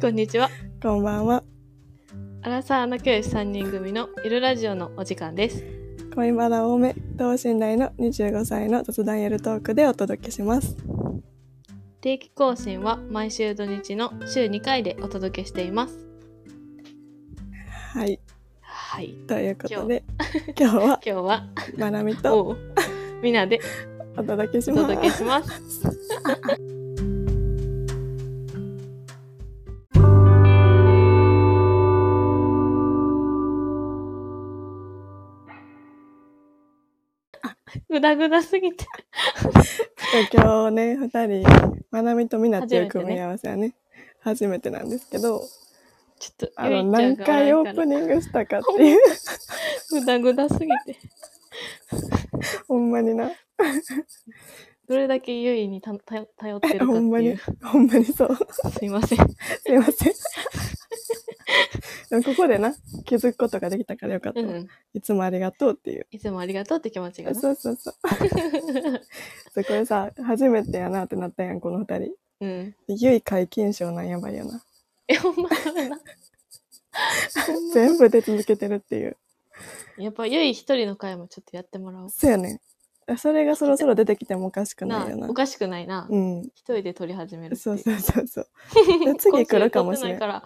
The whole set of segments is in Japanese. こんにちは。こんばんは。アラサー仲良し3人組のゆるラジオのお時間です。恋バナ多め、等身大の25歳の雑談やるトークでお届けします。定期更新は毎週土日の週2回でお届けしています。はい。はい。ということで、今日は今日は、まなみとおうみんなでお届けしおます。届けします。 ぐだぐだすぎて。今日ね、二人、まなみとみなっていう組み合わせはね、初めてなんですけど、ちょっと、あの、ゆいちゃん何が笑回うオからープニングしたかっていう、ぐだぐだすぎて。ほんまにな、どれだけゆいにたた頼ってるかっ ほてんまいにう。、ほんまにそう。すいません。 すいません。でもここでな、気づくことができたからよかった。うんうん。いつもありがとうっていう。いつもありがとうって気持ちがな。そうそうそう。 そうこれさ、初めてやなってなったやん、この二人。うん。ゆい解禁賞なんやばいよな。え、ほんまだな。全部出続けてるっていう。やっぱゆい一人の回もちょっとやってもらおう。そうやねん。それがそろそろ出てきてもおかしくないよな。おかしくないな。うん。一人で撮り始めるっていそ うそうそうそう。で次来るかもしれこっち撮ってないん から、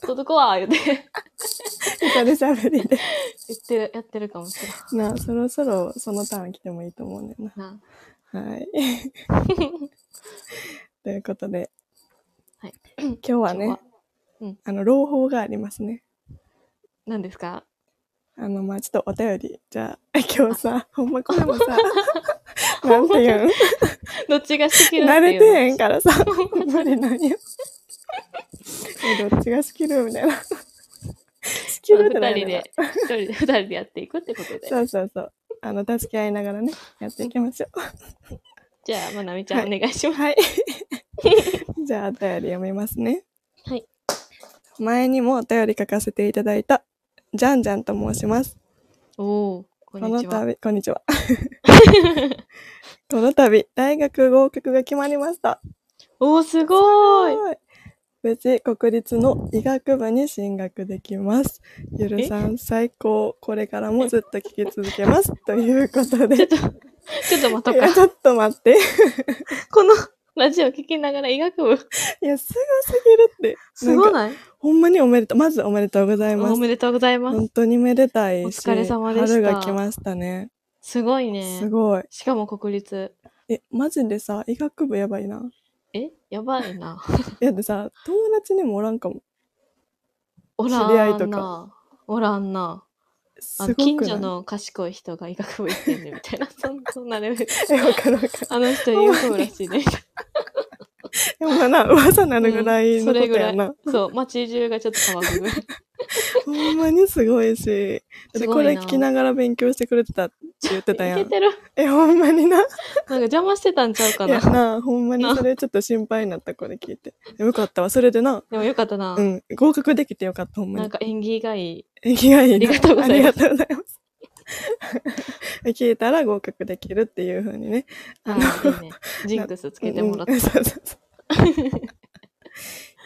届こわ言うて、人で喋りで。言ってる、やってるかもしれんなあ、そろそろそのターン来てもいいと思うねんだよな。な。はい。 ということで。はい今日はね、今日はあの、朗報がありますね。何ですかあの、まあ、ちょっとお便り。じゃあ、 今日さ、ほんまこれ もさ、なんていうんどっちが仕切る慣っていうれてのへんか らさ、無理なんよ。えどっちが仕切るみたいな。 仕切るってまあな二い人のよで、一人で、二人でやっていくってことで。そうそうそう。あの、助け合いながらね、やっていきましょじゃあ、まなみちゃん、はお願いしう。ます。はい。 じゃあ、お便り読みますね。はい。前にもお便り書かせていただいた、じゃんじゃんと申します。おおー、ここんにのちは。度、こんにちは。 この度、大学合格が決まりました。おお、すごーい。はい無事、国立の医学部に進学できます。ゆるさん、最高。これからもずっと聞き続 けます。ということちょっで。と、ちょっと待いとうや、か。ちょっと待って。このラジオ聞きながら医学部、いや、すごすぎるって。すごんかないほんまにおめでとう。まずおめでとうございまおす。めでとうございます本。当にめでたいし。お疲れ様でした春が来ましたね。すごいすね。ごい。しかも国立。え、マジでさ、医学部やばいな。えやばいな。いや、でさ、友達にもおらんかも。おらんな。 知り合いとかおらんな。すあごくのない近所。の賢い人が医学部行ってんねみたいな。 そんそんなレベル。え、わかるわかる。あの人医学部らしいね。でもな、噂なるぐらいのことやな。 そう、街中がちょっと騒ぐぐらい。ほんまにすごいし。すで、ごこいなれ聞きながら勉強してくれてたって言ってたやいけ ん。てる。え、ほんまにな。ないんか邪魔してたんちゃうかやな。な、ほんまにそれちょっと心配になったこれ聞いて。よかったわ、それでな。でもよかったな。うん、合格できてよかった、ほんまなんに。か縁起がいい。え、気がいいな。ありがとうございますありがとうございます。 聞いたら合格できるっていうふうにね。ああいのいね。ジンクスつけてもらったうん。そうそう そう。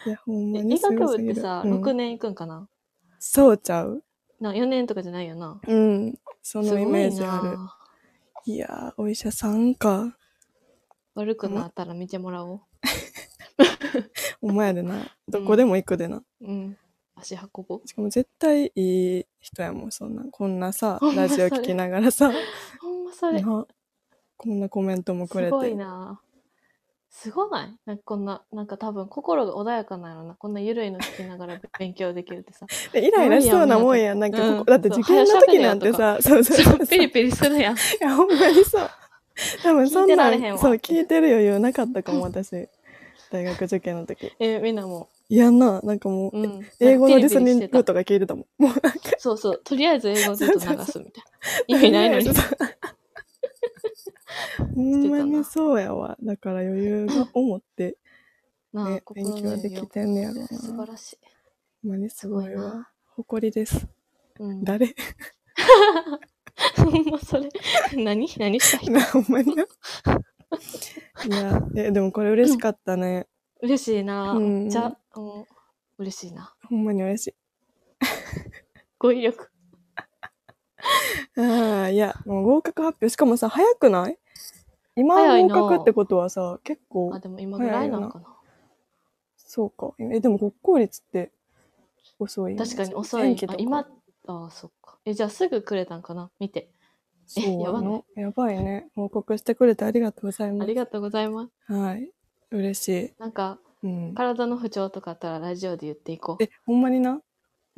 いや、ほんまえに医すご学部すぎるってさ、うん6年行くんかなそうちゃうな ?4 年とかじゃないよな。うん。そすのイごメーいジある。な。いやー、お医者さんか。悪くなったら見てもらおう。お前でな。どこでも行くでな。うん。足運ぼう。しかも絶対いい人やもん、そんなん。こん なさほん、まラジオそれ聞きながらさ、ほんまそれ。なこんなコメントもくすれて。ごいなすごないなんかこんな、なんか多分心が穏やかなのな。こんなゆるいの聞きながら勉強できるってさ。でイライラしそうなもんやん。なんかここ、うんだって受験の時なんてさ、 そうそうそう。ピリピリするやん。いや、ほんまにそう。多分そ聞いんなてられへんわん、そう、聞いてる余裕なかったかも、私。大学受験の時。え、みんなもいやな、なんかもう、う。うん。英語のリスなニンんかピリピリしてグたとか聞いてたもん。もうなんか、そうそう。とりあえず英語ずっと流すみたいな。意味ないの に。ほんまにそうやわ。だから余裕が思って、なあね、、勉心の強余で裕きをてんねやろな。素晴らしい。ほんまにすごいすごいわな。誇りです。うん。誰 ほんまそれ。何何した人な、ほん まにな。いや、え、でもこれ嬉しかったね。嬉しいなうんめっちゃ、うん、嬉しいな。ほんまに嬉しい。語彙力。ああ、いや、もう合格発表。しかもさ、早くない今早い合な格ってことはさ、結あ、構、でも今ぐらいなのかな。そうか。え、でも国公立って遅いよね、確かに遅天い気。とあか今、あ、そっか。え、じゃあすぐくれたんかな見て。 そうえやばないやばいね。報告してくれてありがとうございあますり。がとうございます。はい。嬉しい。なんか、うん。体の不調とかあったらラジオで言っていこう。え、ほんまになほ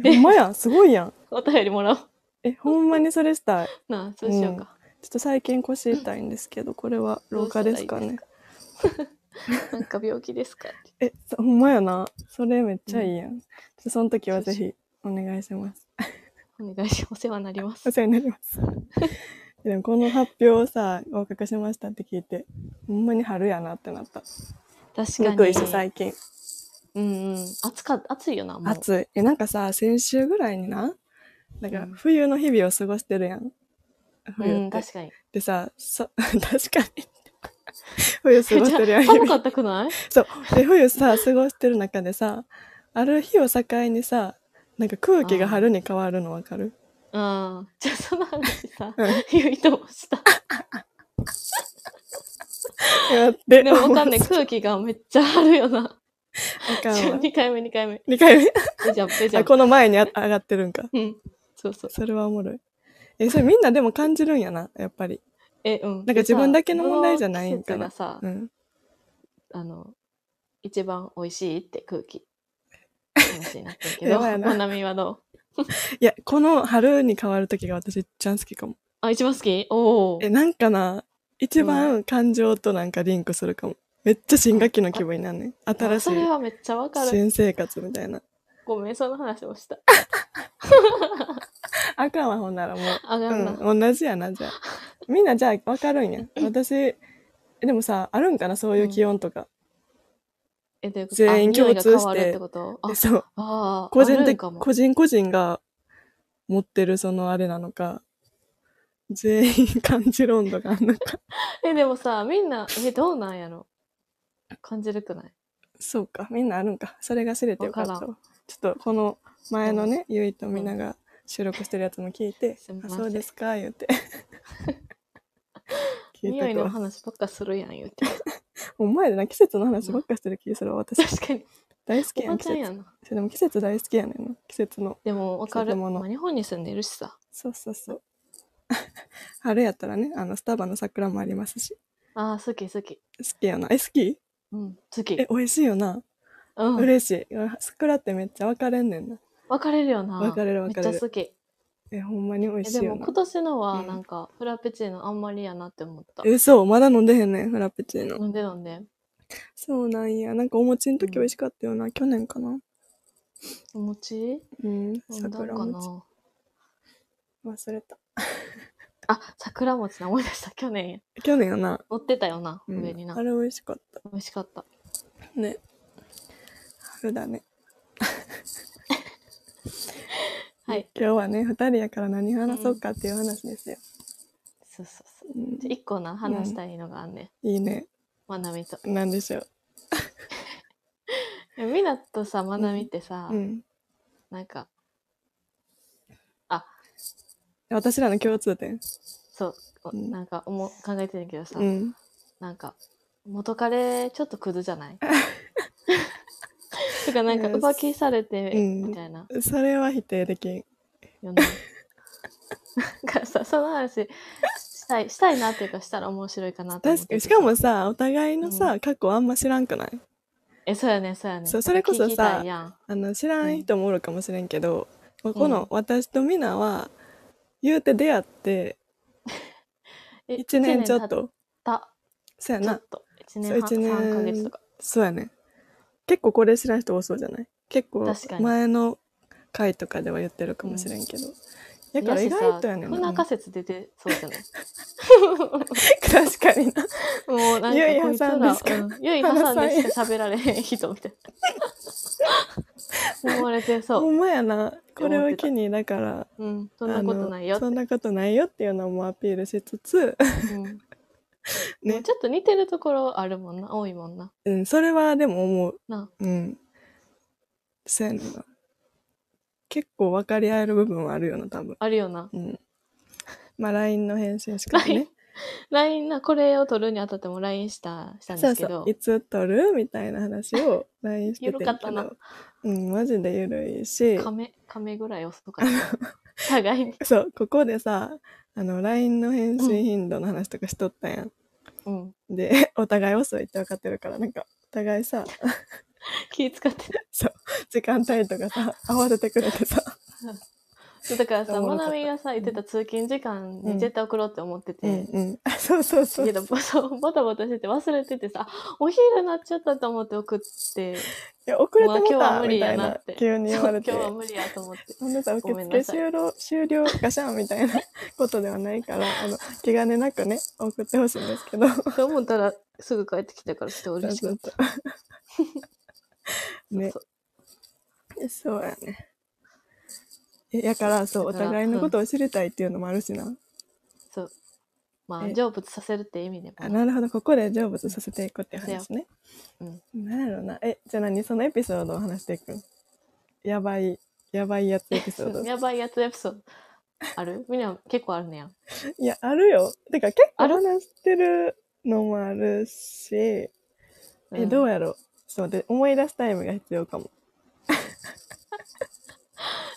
えんまやん。すごいやん。お便りもらおう。 え、ほんまにそれしたい。なあ、そうしようか。ちょっと最近腰痛いんですけど、これは老化ですかね。なんか病気ですかってえ、そほんまやな。それめっちゃいいやん。ちょっとその時はぜひお願いします。お願いします。お世話になりますお。世話になります。 でもこの発表をさ、合格しましたって聞いて、ほんまに春やなってなった。確かに。福井市最近。うんうん。暑か、暑いよな、もう。暑い。え、なんかさ、先週ぐらいにな、なんかうん冬の日々を過ごしてるやん。冬って。うん、確かに。でさ、さ、 確かに。冬過ごしてるや ん。めっちゃ寒かったくないそう。で、冬さ、過ごしてる中でさ、ある日を境にさ、なんか空気が春に変わるのわかるうん。じゃあその話さうん、ゆいともした。やって。 でもわかんない。空気がめっちゃあるよな。あか んわ。 2回目、2回目。 2回目。ベジャン、ベジャあ、ン。この前にあ上がってるんか。うん。そうそう。それはおもろい。え、それみんなでも感じるんやな、やっぱり。え、うん。なんか自分だけの問題じゃないんかなでさこのう季節がん。さ、あの、一番美味しいって空気。 話になってるけど、やばいなまなみはどういや、この春に変わる時が私、いっちゃん好きかも。あ、一番好きおお。え、なんかな、一番感情となんかリンクするかも。めっちゃ新学期の気分になるねん。新あしいそれはめっちゃわかる。新生活みたいな。ごめん、その話をした。あかんわ、ほんならもう。あがんな。うん、同じやな、じゃあ。みんなじゃあ分かるんや。私、えでもさ、あるんかな、そういう気温とか。え、どういうこと全員あ匂いが共通して変わるってことあえ、そう。あー、個人あるん的、かも。個人個人が持ってるそのあれなのか、全員感じる温度があんのか。え、でもさ、みんな、え、どうなんやろ感じるくないそうか、みんなあるんか。それが知れてよかったわわかちょっとこの前のね、ゆいとみんなが収録してるやつも聞いてすみ、あませんそうですか、言うて。聞 い匂いてのく話ばっかするやん、言うて。お前でな、季節の話ばっかしてる気するわ、私。 確かに。大好きおやばん、季ちゃん節。やな。そうでも季節大好きやねんな季節のでも、わかそうる。いうものまあ、日本に住んでるしさ。そうそうそう 春やったらねあのスタバの桜もありますしああ、好き好き。好きやなえ好きうん、好き。え美味しいよな、うん。嬉しい桜ってめっちゃ分かれんねんな分かれるよな。分かれる分かれるめっちゃ好き。え、えほんまに美味しでいよもな今年のは、うんなんか、フラペチーノあんまりやなって思った。えそうまだ飲んでへんねんフラペチーノ飲んで飲んで。そうなんやなんかお餅の時うん美味しかったよな、去年かなお餅うん飲んだん桜か餅な忘れたあ、桜餅な思い出した。去年や。去年やな、乗ってたよな、うん上にな。あれ美味しかっ美味しかった。たね春だね はい。今日はね2人やから何話そうかっていう話ですよ、そうそうそう。うんじゃあ一個な、話したいのがあんねん。いいねまなみと。なんでしょうえみなとさ、まなみってさ、うん、なんか、私らの共通点。そう、おうんなんか思う考えてるけどさ、うん。なんか、元カレちょっとクズじゃない とか、なんか、いや浮気されて、うんみたいな、それは否定できん。よね。なんかさ、そ の話したい、したいなっていうか、したら面白いかなと思って確かてに。しかもさ、お互いのさ、う過去あんま知らんくないえ、そうやね、そうやね。そうそれこそさ聞きたいやんあの、知らん人もおるかもしれんけど、まあこの私とミナは、言うて出会って、え1年ちょっ経と。た。そうやちょなっ。と。1年半、そう一年3ヶ月とか。そうやね。結構これ知らん人多そうじゃない結構確か、に前の回とかでは言ってるかもしれんけど。だかやら意しさ外とやねんこんな仮説出てそうじゃない 確かにな。もうなんかゆいこいつ挟んらですかうんゆい挟んでしか喋られへん人みたいな思われてほそんまやな。これ思っをてた機に、だから、う、うん、そんなことないよあのそんなことないよっていうのもアピールしつつ、 うんねもうちょっと似てるところあるもんな多いもんなうん、それはでも思う。なうん。せやねんな結構分かり合える部分はあるよな多分あるよな。うんまあ LINE の返信しか LINE ね LINE な、これを撮るにあたっても LINE した、したんそでうすけそうど。いつ撮るみたいな話を LINE しててんけ緩かったなどうんマジでゆるいし亀、亀ぐらい遅か った。互いに。そうここでさあの LINE の返信頻度の話とかしとったやん、うん。で お互い遅いって分かってるからなんかお互いさ気使って時間帯とかさ合わせてくれてさそうだからさ、おもまろかっなたみがさ、言ってた通勤時間うんに絶対送ろうって思ってて、うんうんあそうそうそうけどぼそうバタバタしてて忘れててさ、あお昼になっちゃったと思って送って、いや遅れてまあも今日はた無み理たやいななって。急に言われてそう今日は無理やと思って。そんなさご受めんな付さい終了終了ガシャン みたいなことではないからあの気兼ねなくね送ってほしいんですけどそう思ったらすぐ帰ってきたからちょっと嬉しかった。 ねそうそうやねえやからそうおだから互いのことを知りたいっていうのもあるしな、そう。まあ、え成仏させるって意味でも。あなるほどここで成仏させていくっていう話ねそうよなんやろなえじゃあ何そのエピソードを話していくんやばいやばいやつエピソー ドやばいやつエピソード。あるみんな結構あるねや。いやあるよてか結あ構る話してるのもあるしえどうやろうちょっと待って思い出すタイムが必要かも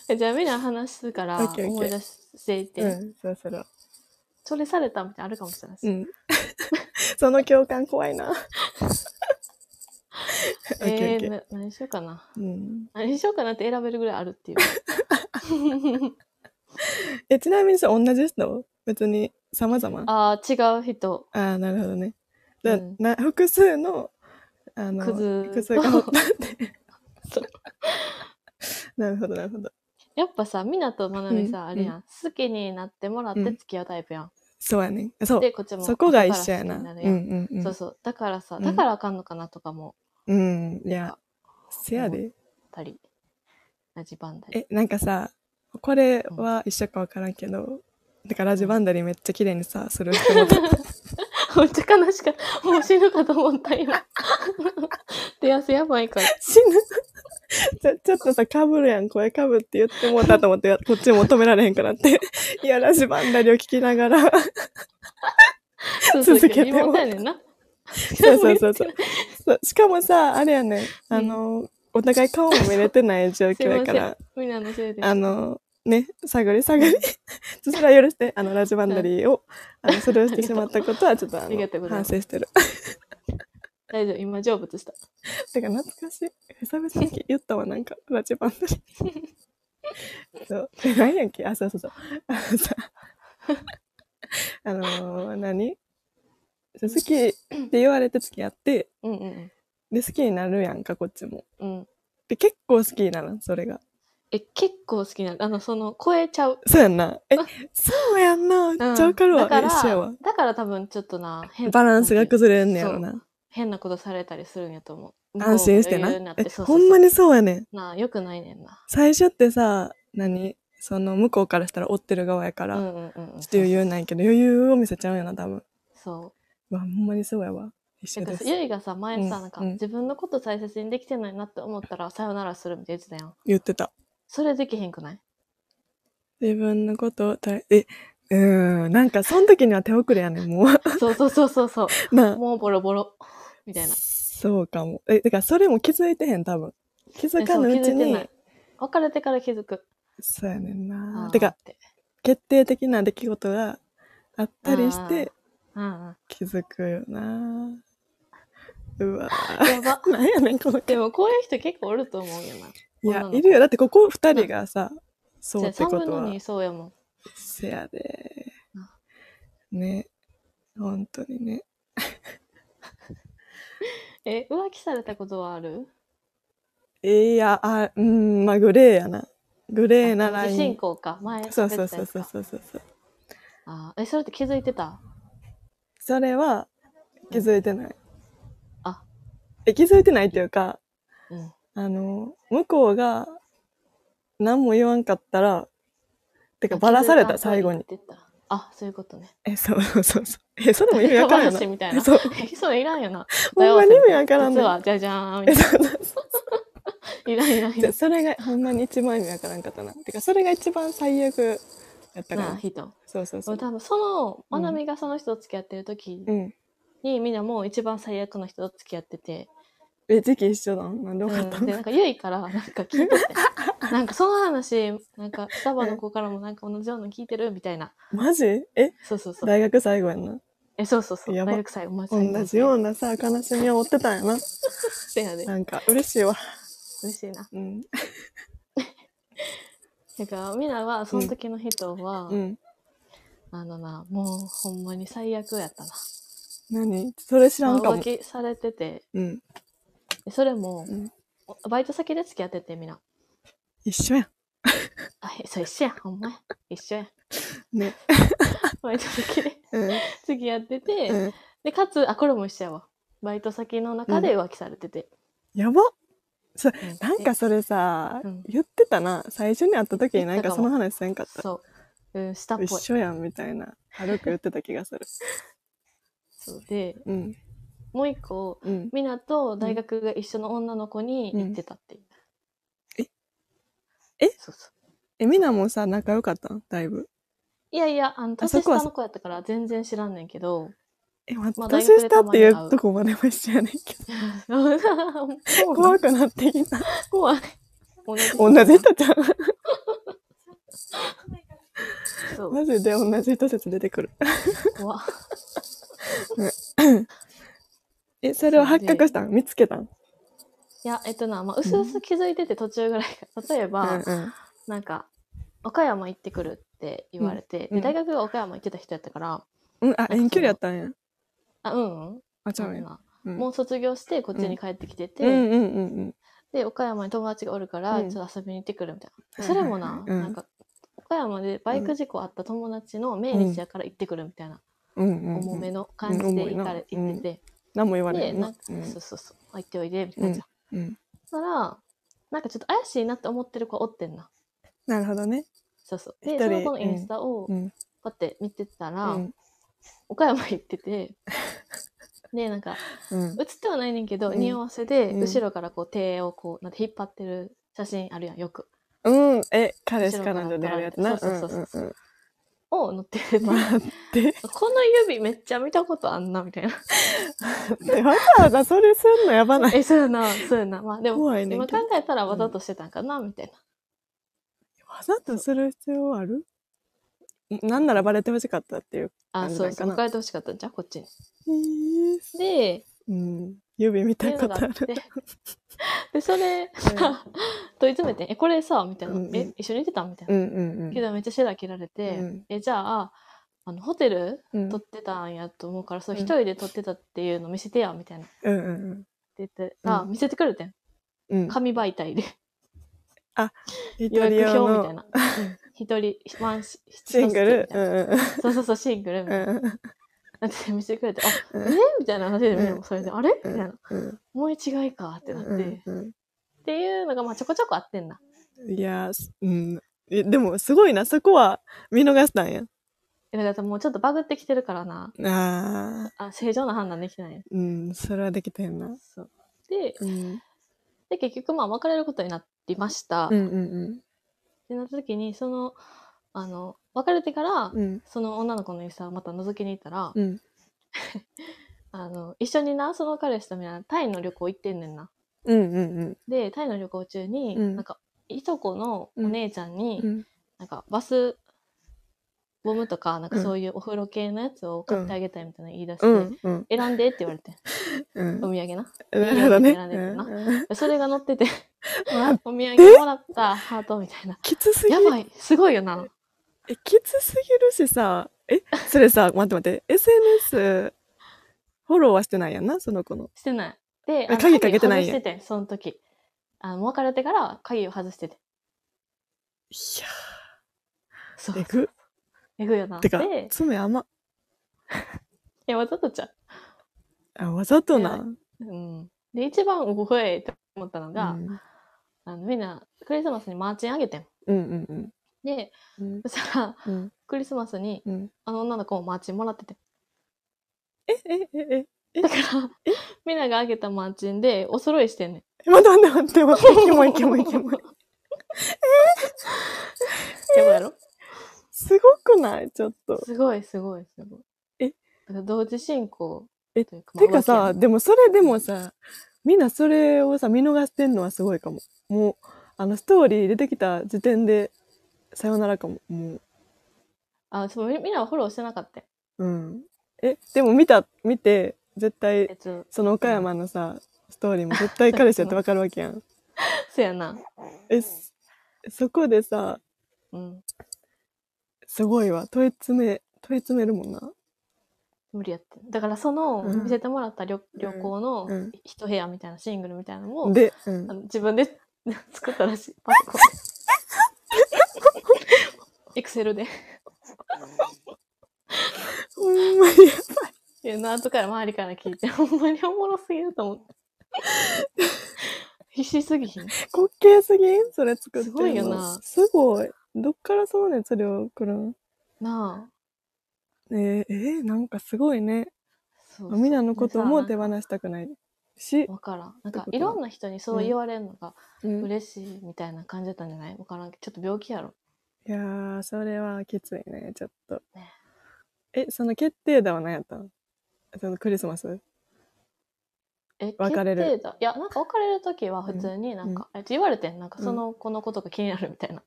えじゃあみんな話すからオッケーオッケー思い出していって、うんそろそろそれされたみたいなのあるかもしれないです。うん その共感怖 いなオッえケーオッケーーな何しようかな。うん何しようかなって選べるぐらいあるっていう。 えちなみにさ同じ人別に様々あああ、違う人。あーなるほどねだ、うんな複数のあのクズと複数がおったって そう なるほどなるほどやっぱさ、みなとまなみさ、うんあれやん。好きになってもらってうん付き合うタイプやん。そうやねそうで、こっちも。そこが一緒やな後から好きにるうやんんうんうんそうそう。だからさ、うんだからあかんのかなとかもうんいやせやであったり、ラジバンダリ。えなんかさこれは一緒かわからんけどだからラジバンダリめっちゃ綺麗にさする人も めっちゃ悲しかった。もう死ぬかと思った 今。手汗やばいから。死ぬ ちょちょっとさかぶるやん声かぶって言ってもうたと思ってこっちも止められへんからって いやラジバンダリを聞きながら続けてもリモートやねんな。そうそ うそうそう。そうしかもさ、あれやねん、あの、お互い顔も見れてない状況やから、みんなのせいで。あの、ね、探 り探り、それは許して、あの、ラジバンダリーを、あの、スルーしてしまったことは、ちょっと、あありがとうの、ござい反ます省してる。大丈夫、今成仏した。てか、懐かしい。久々に言ったわ、なんか、ラジバンダリー。そう。え何やっけあ、そうそうそう。あのさ、あの、何そう好きって言われて付き合って、うんうんで、好きになるやんか、こっちも。うん。うん。で結構好きなのそれがえ、結構好きな、あの、その、超えちゃう。そうやんなえそうやんなうめんっちゃわかるわ、だからえ一緒やわだから多分ちょっとな、変バランスが崩れんねやろそな変なことされたりするんやと思う。安心してな向こうが余裕にってえほんそま。うそうにそうやねんそうなあ、よくないねんな。最初ってさ何その向こうからしたら追ってる側やかうんら、ちょっうんうんうん。と余裕ないけど余裕を見せちゃうよな多分そうわほんまにそうやわ一う。緒なんでかすゆいがさ、前うさ、んなんかうん自分のこと大切にできてないなって思ったら、さよならするみたいな言ってたやん。言ってたそれできへんく ない自分のことを大えうーんなんかその時には手遅れやねんもう そうそうそうそうそなう。あもうボロボロ。みたいな。そうかもえだからそれも気づいてへん多分気づかぬうえそ気ちづいてにない別れてから気づく。そうやねんあなーてかって決定的な出来事があったりしてうんうん。気づくよなうわやば。 なんやねんこのでもこういう人結構おると思うよな。い女やの子いるよだってここ二人がさそうって3こ分とのは2そうやもん。せやでうんね本当にねえ、浮気されたことはあるいやあうんまあグレーやなグレーなラ自イン信行か。前喋そうってたそうやつかそうそうそうそうそうあーえ、それって気づいてたそれは気づいてないあえ気づいてないっていうかうん。あの、向こうが何も言わんかったら、てかバラされた、最後に。気づいた後言ってたあ、そういうことね。え、そうそうそうそう。え、それも意味わから んよネタ話みたいなそう。え、そういらんよな。ほんまに意味わからん実のよ。は、じゃじゃーんみえ、たいそうそうな。いらんいらんいじらゃんそれがほんまに一番意味わからんかったな。てか、それが一番最悪やったかなら。人そうそうそ多う。分そのうまんなみがその人と付き合ってる時うん。に、みんなもう一番最悪の人と付き合ってて、え、時期一緒なのなんでうよかっん、たでなんかゆいからなんか聞いててなんかその話なんかスタバの子からもなんか同じようなの聞いてるみたいなマジえそうそうそう大学最後やんな。えそうそうそうや大ば学祭お前同じようなさ、悲しみを負ってたんやな。せやでなんか、嬉しいわ。嬉しいなうん。だからみんなはその時の人は、うん。あのなもうほんまに最悪やったな何それ知らんか浮も。気されててうん。でそれもうんバイト先で付き合っててみんな一緒やあえそう一緒やほんまや一 緒やん。ね。バイト先でうん。付き合ってて、うん。でかつあこれも一緒やわバイト先の中で浮気されてて、やばそうんなんかそれさ、うん言ってたな。最初に会った時になん言ったかかそもの話せんかった。そう、うん、下っぽい一緒やんみたいな。軽く言ってた気がす る。そうでうん。もう一個うん。みなと大学が一緒の女の子に行ってたっていう、うんええそうそうえ、みなもさ、仲良かったんだいぶ。いやいやあのあ年そこは下の子やったから全然知らんねんけ ど え、ままあ大年学で下たっまてにい会ううとこまでは一緒やねんけど。怖い怖くなってきた。 怖い同じ同じ人ちゃん。そうマジで同じ人説出てくる。怖っえ、それを発覚したん見つけたんいやえっとなまあうすうす気づいてて途中ぐらいから 例えうば、んうん。なんか岡山行ってくるって言われて、うんで大学が岡山行ってた人やったからうん、あ、遠距離やったんや。あうんうんあ、ちゃあうのやん。なうんもう卒業してこっちに帰ってきてて、うんうんうんうん。で岡山に友達がおるから、うんちょっと遊びに行ってくるみたいな、はいはいはそいれもな,、うんなんか岡山でバイク事故あった友達の命日やから行ってくるみたいな、うんうんうん、重めの感じで行かれ、うん重行いなってて、何も言われでへんななんか、うんそうそうそうあ行っておいでみたいなじゃん、うんそしたらなんかちょっと怪しいなって思ってる子おってんななるほどね、そうそうで一人その子のインスタをうんパッて見てたうら、ん岡山行って てでなんかうん映ってはないねんけど、うん匂わせでうん後ろからこう手をこうなんて引っ張ってる写真あるやんよくうん、え彼氏彼女であるやつなそうそうそうそうんうんを載ってるうん待って この指めっちゃ見たことあんなみたいな。でわざわざそれすんのやば ないえ、そうやな、そうやな。まあでも、怖いねん今けど考えたらわざとしてたんかな、みたいな。わざとする必要あるなんならバレてほしかったっていう、あ、感じそなうんそかう。な迎えてほしかったんじゃうこっちに。えーで、うん、指見たっていうこのとがああっるて。で、それ、さ問い詰めて、え、これさ、みたいな。うんうんえ、一緒に行ってたみたいうな。んうんけどめっちゃシェラ切られて、うんえ、じゃあ、あのホテルうんうん撮ってたんやと思うから、そううん一人で撮ってたっていうの見せてや、みたいな。ってうんうん言って、あ、うん見せてくれてん。うん紙媒体で。一予人約用表みたいの な。うん一人、ワンシシングル一つみたいなうんうんそうそうそう、シングルみたいな。うんだって見せてくれて、あ、うんえみたいな話で見るもそれで、あれみたいな。うん思い違いかってなって。うっんうんていうのが、まあ、ちょこちょこあってんな。いやー、すうん。えでも、すごいな。そこは見逃したんや。えだからもうちょっとバグってきてるからな。ああ、あ、正常な判断できてない。うん。それはできてんな。そう。で、うん。で結局、まあ、別れることになりました。うんうんで、なった時に、その、あの、別れてからうん。、うん。その女の子のインスタをまた覗きに行ったら、うん。あの、一緒にな、その彼氏とみんな、タイの旅行行ってんねんな。うんうんで、タイの旅行中に、うんなんか、いとこのお姉ちゃんに、うん。うん。なんかバスボムとか、なんうかんそういうお風呂系のやつを買ってあげたいみたいなの言い出して、うん。うん。選んでって言われて、うんお土。産な。なるほどね。選んでるなうんそれが載ってて、うんお土産もらった、ハートみたいな。きつすぎやばい、すごいよな。え、きつすぎるしさ。え、それさ、待って待って。SNS、フォローはしてないやんな、その子の。してない。で、あの鍵かけてないんや鍵を外してて、その時。あの、別れてから鍵を外してて。いそやー、えう。ぐ。えぐいよな。てかで、い、爪甘っ。や、わざとちゃあ、わざといな。う。うん。で、一番おほえって思ったのが、うんあのみんなクリスマスにマーチンあげてん。うんうんで、うん。そしたら、うん。クリスマスにうん。あの女の子もマーチンもらってて。え、え、え、え、だから、みんながあげたマーチンでお揃いしてんねん。え待って待って待って待って。もういけもい けもいけもい。やばいやろすごくないちょっと。すごいすごいすごい。えだから同時進行いえうかまあてかさ、浮気でもそれでもさ、みんなそれをさ、見逃してんのはすごいかも。もう、あの、ストーリー出てきた時点で、さよならかも。もう。やあ、そうみみんなはフォローしてなかったよ。うん。え、でも見た、見て、絶えっ対、と、その岡山のさ、ストーリーも絶対彼氏 やってわかるわけやん。そやな。え、そそこでさ、うん。すごいわ。問い詰め、問い詰めるもんな。無理やって。だからその、うん見せてもらった旅旅行のうん一部屋みたいなシングルみたいなのも、で、うんあ。の自分で 作ったらしい。パソコン。エクセルで。ほんまにいやや、な後から周りから聞いて、 ほんまにおもろすぎると思 って。必死すぎひん。滑稽すぎんそれ作ってするのごいよなすごい。どっからその熱量来るんなあ。えー、えーなんかすごいね。そうそうみんなのことも手でさ放したくないし、わからん。なんっかてこといろんな人にそう言われるのがうんい嬉しいみたいな感じだったんじゃないわからんけど、ちょっと病気やろ。やー、それはきついね、ちょっとね。え、その決定打は何やったんそのクリスマスえ、別れる決定だ。いや、なんか別れるときは普通になんか、え言われてん。なんかうんその子のことが気になるみたいな。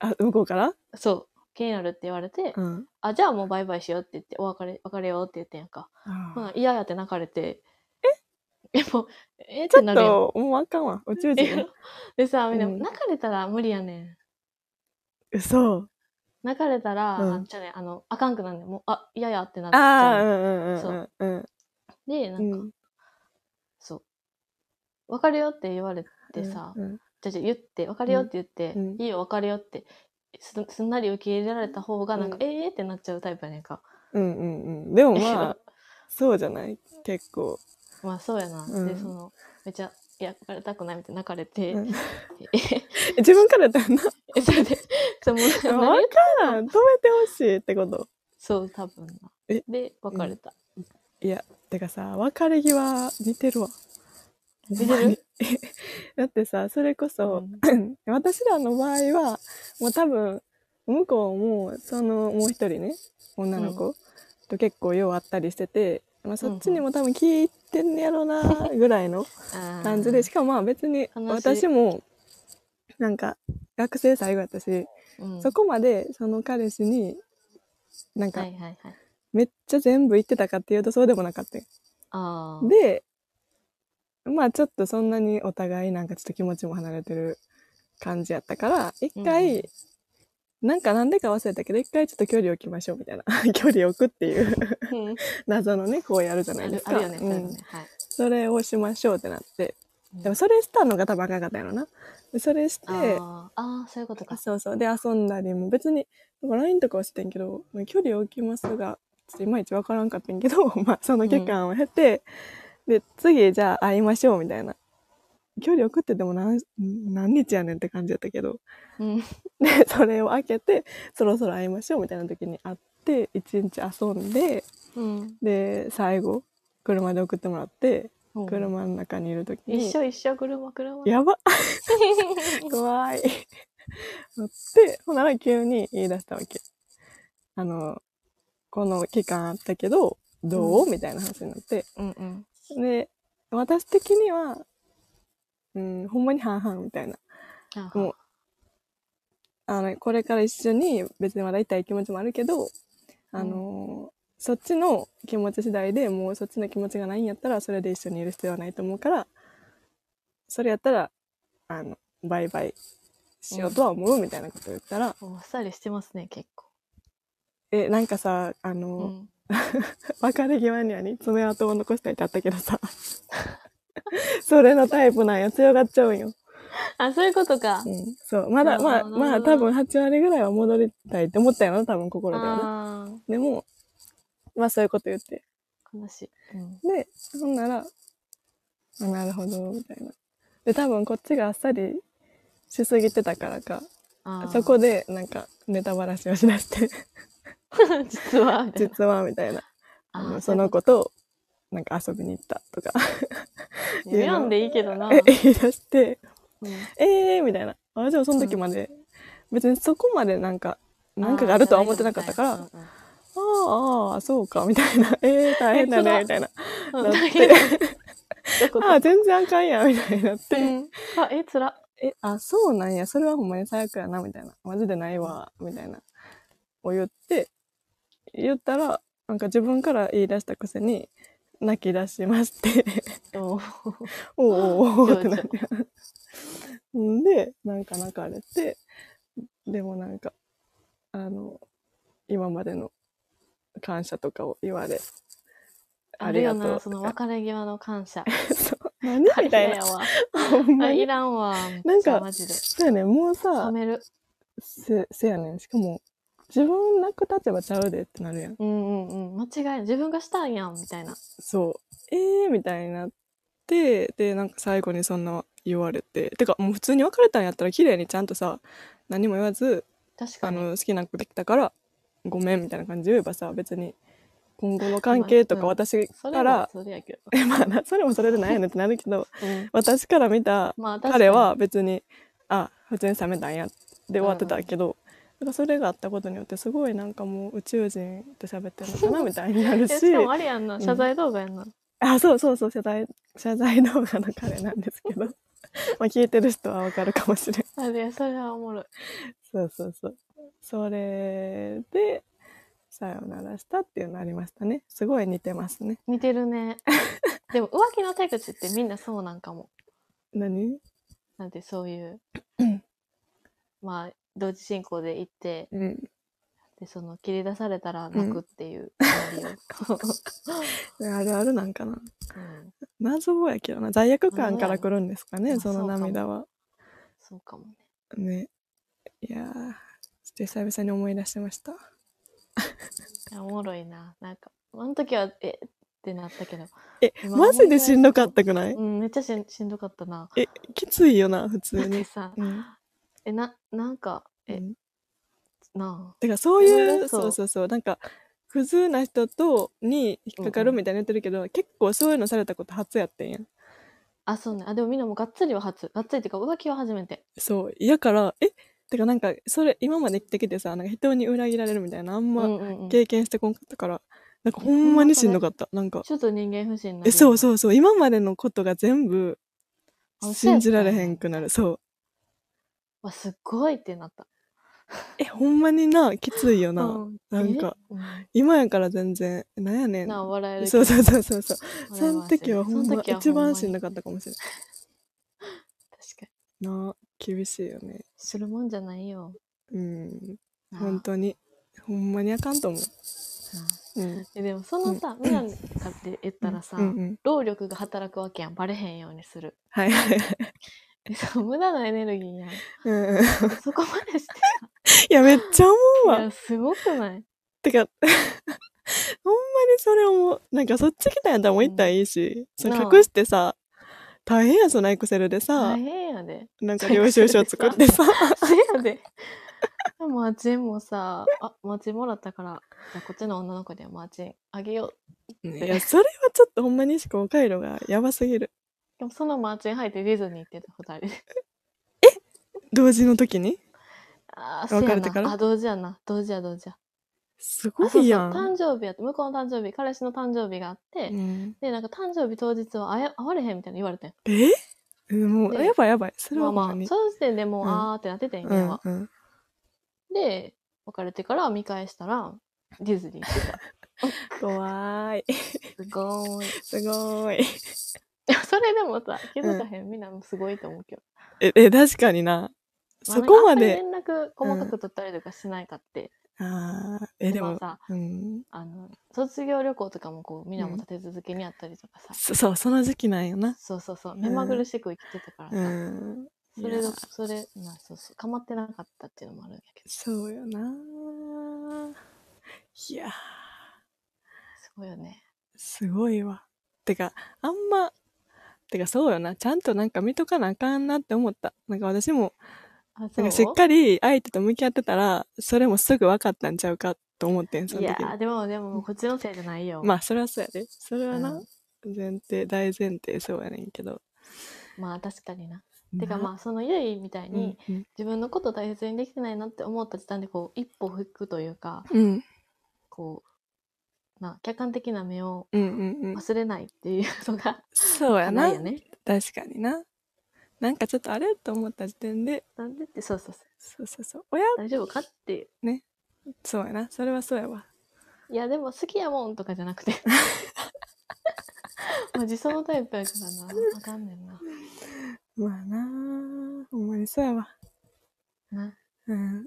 あ、向こうからそう。気になるって言われて、うん。あ、じゃあもうバイバイしようって言って、お別れ、別れようって言ってんやんか。まああ、嫌やって泣かれて。え でも、えっーちてょなっるやん。と、もうあかんわ。宇宙人や。 でさ、みんな、うん泣かれたら無理やねん。嘘。泣かれたら、うあんじゃあね、あの、あかんくなんねん。もう、あ、嫌やってなっちああ、ゃうう。んうんそううんで、なうんんか、うん。そう。別れようって言われてさ、うんじゃあじゃあ言って、別れようって言って、うんうんいいよ、別れようってす、すんなり受け入れられた方が、なんか、うんええー、ってなっちゃうタイプやねんか。うんうんうん。でもまあ、そうじゃない結構。まあ、そうやな。うんで、その、めっちゃ、いや、別れたくないみたいな泣かれて、うんえ自分からやったらな。 え、それで、そ のわ何言ってからん。止めてほしいってこと。そう、多分な。えで、別れた。いや、てかさ、別れ際似てるわ。似てる だってさ、それこそ、私らの場合は、もう多分、向こうも、その、もう一人ね、女の子と結構ようあったりしてて、まあそっちにも多分聞いてんねやろな、 ぐらいのあー感じで、しかもまあ別に、悲しい私も、なんか、学生最後やったし、うんそこまで、その彼氏に、なんはかい、はいはい。めっちゃ全部言ってたかっていうとそうでもなかったよあ あ。でまあちょっとそんなにお互いなんかちょっと気持ちも離れてる感じやったから一うんう回、なんかなんでか忘れたけど一回ちょっと距離を置きましょうみたいな 距離を置くっていう うん謎のねこうやるじゃあないでるすあかるよね、そうういうんのね。はい。それをしましょうってなってうんでもそれしたのが多分あかんかったんやろなでそれしてあーあー、そういうことか。そうそうで遊んだりも別になんか LINE とかはしてんけど距離を置きますがちょっといまいちわからんかったんけど、 まあ、その期間を経て、で次じゃあ会いましょうみたいな距離送ってても何何日やねんって感じやったけどうん。でそれを開けてそろそろ会いましょうみたいな時に会って一日遊んでうん。で最後車で送ってもらってうん。車の中にいる時に一緒一緒、車、車。やば怖い。 乗って、ほんなら急に言い出したわけ。あの、この期間あったけど、どう、みたいな話になって。 うんうん。で、私的には、うん、ほんまに半々みたいな。あもうあの、これから一緒に別にまだいたい気持ちもあるけど、あの、そっちの気持ち次第でもうそっちの気持ちがないんやったら、それで一緒にいる必要はないと思うから、それやったら、あの、バイバイしようとは思うみたいなことを言ったら、もうあっさりしてますね、結構。え、なんかさ、あうの、ん。別れ際にはに爪痕を残したいってあったけどさ、 それのタイプなんや、強がっちゃうんよ。あ、そういうことかう。ん、そう、まだ、あまあ、ーまあ、多分8割ぐらいは戻りたいって思ったよな、多分心ではな。ああでも、まあそういうこと言って。ー、悲しい。うん。で、そんなら、あなるほど、みたいな。で、多分こっちがあっさりしすぎてたからか、あーそこで、なんか、ネタばらしをしだして、 実は、みたいな実は、みたいな。ああのーその子となんか遊びに行ったとか、読やんでいいけどな。え言い出して、うんえーみたいな。あ、でもその時まで、別にそこまでなんか、なんかがあるとは思ってなかったから、あーあー、そうか、みたいな。 えー大変だね、えみたいな。うんだうっん大て変だねどこああ、全然あかんや、みたいになって。うんあ、え、つら。え、あ、そうなんや、それはほんまに最悪やな、みたいな。マジでないわ、みたいな。を言って、言ったら、なんか自分から言い出したくせに、泣き出しまして、おーおうおうおうって情緒なって。んで、なんか泣かれて、でもなんか、あの、今までの感謝とかを言われ、あるよな、そそのの別れ際の感謝。何 みたいな。ほんあ、まいに。らんわ。なんじゃあか、マジで。そうやねんもうさ、冷める。せせやねんしかも自分泣く立場ちゃうでってなるやんうんうんうん。間違いない。自分がしたんやん、みたいな。そうえーみたいになってでなんか最後にそんな言われててかもう普通に別れたんやったら綺麗にちゃんとさ何も言わず確かあに。の好きな子できたからごめんみたいな感じで言えばさ別に今後の関係とまかあうん私そかれらは、それやけ ど。えまあなそれもそれでないよねってなる けどうん私から見たまあ、確かに彼、は別にあ普通に冷めたんやで終わってたけど、なんかそれがあったことによってすごいなんかもう宇宙人と喋ってる のかなみたいになるえししかもあれやんうな、ん謝罪動画やんな。あそうそうそう謝罪謝罪動画の彼なんですけ どまあ聞いてる人はわかるかもしれんあれ、それはおもろい。そうそうそうそれでさよならしたっていうのありましたねすごい似てますね似てる ね。でも、浮気の手口ってみんなそうなんかも。何なんて、そういう。まあ、同時進行で行って、うんで、その、切り出されたら泣くっていうシナリ あるあるなんかなオ。うん謎やけどな罪悪感からくるんですかねうんそのそうかも涙はそうかもね。ねいやーちょっと久々に思い出してましたいやおもろいな。なんか、あの時は、えってなったけど。え今マジでしんどかったくないうん、めっちゃしんしんどかったな。えきついよな普だ通 ってにさ、うんえ、な、なんか、え、うんなてかそういそううそうそうそうそうなんかクズな人とに引っかかるみたいに言ってるけど、結構そういうのされたこと初やってんやんあ。あ、そうね。あ、でもみんなもがっつりは初。がっつりっていうか、浮気は初めて。そう嫌からえてかなんかそれ今まで生きてきてさなんか人に裏切られるみたいなあんうまんうんうん、ち経験してこんかったから、なんかほんまにしんどかったなんかょっと人間不信になるよね。えそうそうそう今までのことが全部あ嘘やっ信たじんやられへんくなるそうわ、すっごいってなった。えほんまになきついよな、うん、なんかえ、今やから全然なんやねうんん、なあ笑える。そうそうそうそうそう笑えそるの時はほんそまの時は一番しんどかっほたかもしれまに確かに。ないなあ厳しいよねするもんじゃないよ。うんなあ本当にほんまにあかんと思なあううんえでも、そのさ、みなかって言ったらさ、うんうん労力が働くわけやん。バレへんようにする。 はいはいはいえそう無駄なエネルギーやん。うんうんいそこま でしてやめっちゃ思うさ。いわや、すごくないてか ほんまにそれ思うなんかそっち来たんやったらもう行ったらいいし、そなあの隠してさ大変やそのエクセルでさ、大変やで。なんか領収書作っ てさせやで。マーチンもさ、あ、マーチンもらったから、じゃあこっちの女の子でマーチンあげよう。いやそれはちょっとほんまにしか若いのがやばすぎるでもそのマーチン入ってディズニー行ってた二人で。同時の時にああ、そう別やれてからな。あ、同時やな。同時や同時や。すあごそうそいうやん誕生日やって、向こうの誕生日、彼氏の誕生日があって、うんで、なんか誕生日当日は会え会われへんみたいな言われてん。えうんもうでやばいやばいそれまあはまほんあま、に、その時点でもう、うんあーってなっててん、今は。うんうんで、別れてから見返したら、ディズニー行ってた。怖い すごーい。すごいでもそれでもさ、気づかへん、みんなもすごいと思うけど。ええ確かになあそこまなでんかあんまり連絡細かく取ったりとかしないかって。あーえでまもあさ、うんあの、卒業旅行とかもこう、みんなも立て続けにあったりとかさ。そそうその時期なんよなそうそうそう、目まぐるしく生きてたからさ。うんそれいやど、それ、まあそうそう、かまってなかったっていうのもあるんやけど。そうよないやーすごいよね。すごいわてかあんまてかそうよなちゃんとなんか見とかなあかんなって思ったなんか私もあ、なそんうかしっかり相手と向き合ってたらそれもすぐ分かったんちゃうかっと思ってん、そいのや時にーでもでもこっちのせいじゃないよ、まあ、それはそうやで。それはな、う前提、大前提そうやねんけど。まあ確かになてかまあそのゆいみたいあに、うん、うん自分のことを大切にできてないなって思った時点でこう一歩引くというかうん、こうな客観的な目をうん、うんうん。忘れないっていうのがそうやなな。いよね。確かにな。なんかちょっとあれと思った時点で、なんでってそうそうそうそうそうそう。親、大丈夫かっていうそうやな。それはそうやわ。いやでも好きやもんとかじゃな くてまあ自そのタイプやからなわかんねんなまあなあほんまにそうやわ。なうん。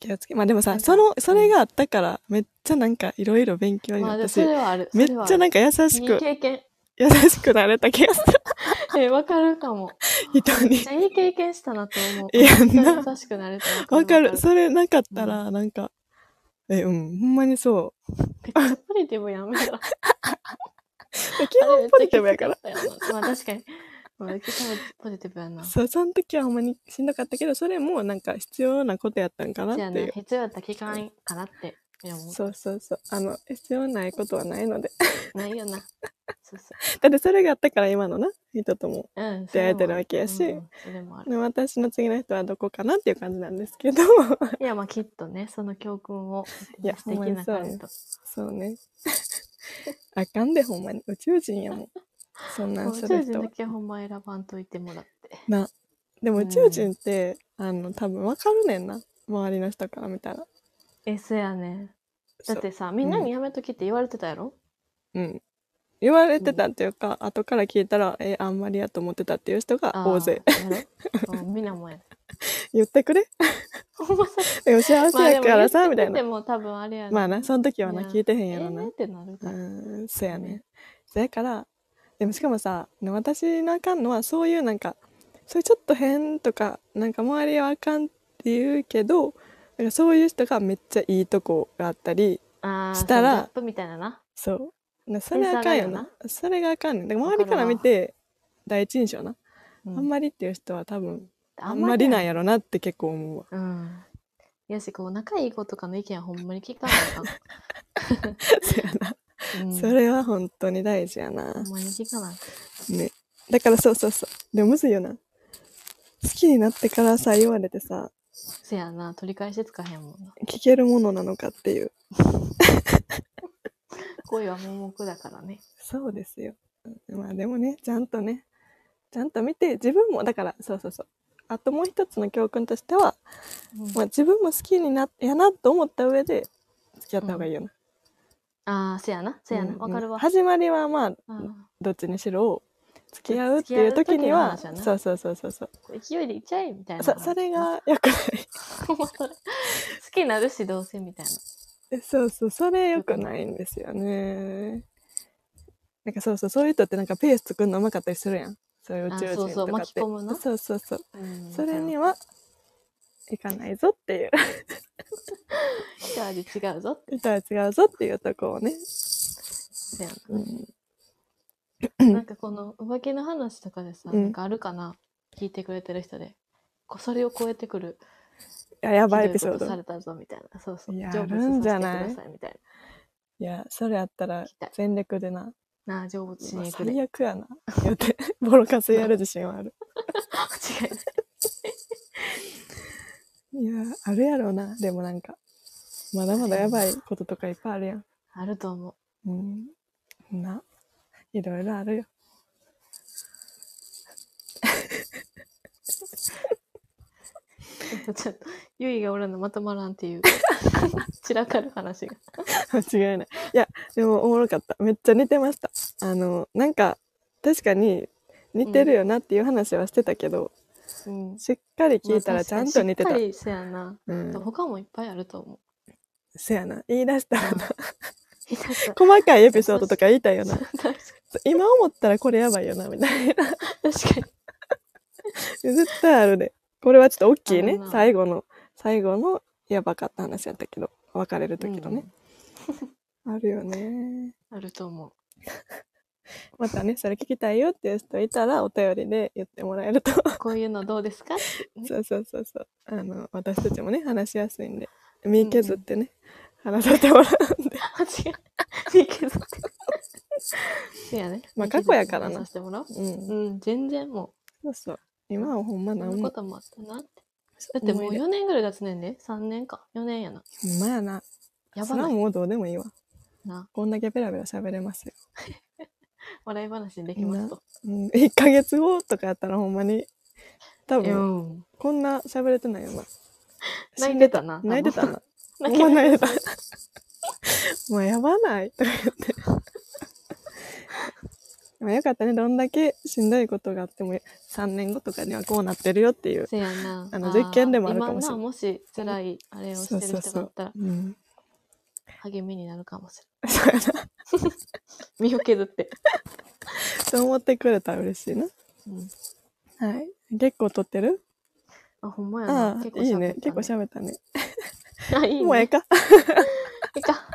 気をつけ。まあでもなさ、んかその、それがあったから、めっちゃなんかいろいろ勉強にまなあっでもたそし、れはあるめっちゃなんんか優しいいく、経験優しくなれた気がする。えわかるかも人めにっち。ゃいい経験したなと思ういや本当にな優しくなれたなと思わうかる。それなかったら、なんか、え、うん、ほんまにそう。めっちゃポジティブやんめろ基本ポジティブやから。あれめっちゃきつかったよなまあ確かに。まあ、基本ポジティブやな。そう、その時はほんまにしんどかったけど、それもなんか必要なことやったんかなじゃあっていねう、。必要だった期間かなって。いやもそうそうそう。あの、必要ないことはないので。 う、ないよな。そうそだってそれがあったから今のな、人とも。う。うん。出会えてるわけやしそれもあるうんそれもある。で私の次の人はどこかなっていう感じなんで すけど。いや、まあきっとね、その教訓を、 いや素敵なほんま彼にと。そうね。あかんで、ほんまに。宇宙人やもん。そんなもんうす宇宙る人人だ。けほんま選ばんといてもらって。な。でもうん宇宙人って、あの、多分わかるねんな。周りの人から見たら。え、そやね。だっそうてさ、みんなにやめときって言われてたやろうん。言われてたっていうか、後から聞いたら、え、あんまりやと思ってたっていう人が大勢。あー。やろ うんみんなもやね。言ってくれ ほんまさ、でも幸せやからさ、まあみでも言ってくれたいてな。も多分あれやね、まあな、その時はないや聞いてへんえやろーなっ。てなるうから。ーん、そやね。そやから、でもしかもさ、私のあかんのは、そういうなんか、そういうちょっと変とか、なんか周りはあかんって言うけど、なんかそういう人がめっちゃいいとこがあったり、あーしたらそのギャップみたいななそう。なそれあかんよ天才なだ。それがあかんねん。で周りから見て、第一印象な。うあんんまりっていう人は多分、ああんんままりりなないんやろなって結構思うわ。うんやしこう仲いい子とかの意見はほんまに聞かない そやな。かん、うん、それは本当に大事やな。ほんまに聞かないね。だからそうそうそう。でもむずいよな。好きになってからさ、言われてさ、せやな取り返してつかへんもんな聞けるものなのかっていう。恋は盲目だからねそうですよ。うんまあでもね、ちゃんとね、ちゃんと見て、自分も、だから、そうそうそう。あともう一つの教訓としては、うんまあ、自分も好きにな、やなと思った上で、付き合った方がいいよな。ああせやなせやんなんわかるわ始まりはまあ、あーどっちにしろ、付き合うっていう時には、付き合う時の話やなそうそうそうそうそう。こう勢いでいっちゃえみたいなそそれが良くない。ほんま それ好きになるしどうせみたいなえそうそうそれ良くないんですよねなんかそうそうそういう人ってなんかペース作るのうまかったりするやんそういう宇宙あそうそ人うとかっ巻きて込むなそうそうそううんそれにわはいかないぞっていうかる一味違うぞって人は違うぞっていうとこをね、せやなうん、なんかこの浮気の話とかでさ、うんなんかあるかな聞いてくれてる人でこそれを超えてくるややひどばいエピいこソーとさドれたぞみたいなそうそういや成あ仏るんじゃさないせてくださいみたいいやそれあったら聞きたい全力でなななあ成仏しまあに行くで最悪やな言うてボロカスやる自信はある間 違いないいやあるやろうなでもなんかまだまだやばいこととかいっぱいあるやんあると思ううんないろいろあるよ えっと ちょっとゆいがおらんのまとまらんっていう 散らかる話が間違いない。いや、でもおもろかった。めっちゃ似てました。あの、なんか、確かに似てるよなっていう話はしてたけど、うんしっかり聞いたらちゃんと似てた。まあ確かにしっかりせやな、うん。他もいっぱいあると 思うせやな。言い出したらな。ひたすら細かいエピソードとか言いたいよ な。確かに今思ったらこれやばいよな、みたいな。確かに絶対あるで。これはちょっと大きいあねる。な最後の、最後のやばかった話やったけど、別れる時のね。あるよね。うんあると思うまたね、それ聞きたいよっていう人いたら、お便りで言ってもらえるとこういうのどうですか ってねそうそうそうそう。あの、私たちもね、話しやすいんで、身削ってね、話させてもらうんで。あ、違う。いいけど。せやね。まあ過去やからなさせても らおう。うん。うん、全然もそうそう。今はほんまう。そなんなこんも。ともあったなって。だってもう思い出4年ぐらい経つねんで。3年か。4年やな。ほんまやな。やばそれはないもうどうでもいいわ。な。こんだけベラベラ喋れますよ。笑い話にできますと。うん。1ヶ月後とかやったらほんまに、多う分、ん。こんな喋れてないよな。 泣いてたな。泣いてたな。泣もいうて泣いてた。 もうやばないとか言って。 でもよかったね。どんだけしんどいことがあっても、3年後とかにはこうなってるよっていうた。。せやな。 あのー実験でもあるかもしれん今な、もし辛いあれをしてそうるそう人がそあっうたら。うん。励みになるかもしれそう やな。ない。身を削って。そう思ってくれたら嬉しいな。うん。はい。結構撮ってるあ、ほんまやな。あ結あ、構いい喋ねっ。結構たね。喋ったね。 あ、いいね。もうええか。いいか。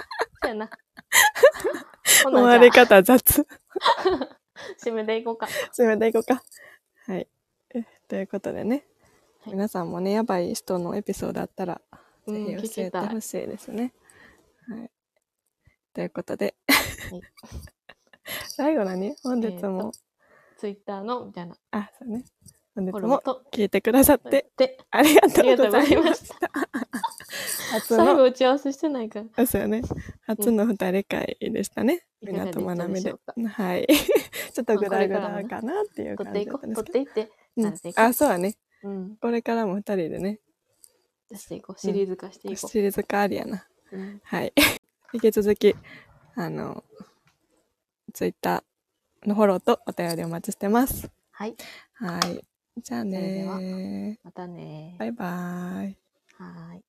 そう やな。ほ終なわじゃり方雑。あ締めていこうか。締めていこうか。はい。えということでね、はい皆さんもね、やばい人のエピソードあったら、うぜん、ひ聞教えきてたほい。しいですね。はい。ということで、い 最後だね、本日も、ツイッターのみたいな。あ、そうね。本日フォローもと。聞いてくださって、で、ありがとあうござりいがとうございままし。した 初最後の、打ち合わせしてないから。そうよね。初の二人会でしたね。いかがで港まなみしたでしでょうか。はい。 ちょっとグダグダかなっていう取っ感てじいだこったんう。です取っけていって。ど。うなんんていこうあ、そうだね。うん。これからも二人でね、出していこう。シリーズ化していこシリーズ化ありやな。う。うん。はい。 引き続き、あの、ツイッターのフォローとお便りお待ちしてます。はい。はい。じゃあねそれー。またねバイバーイ。はーい。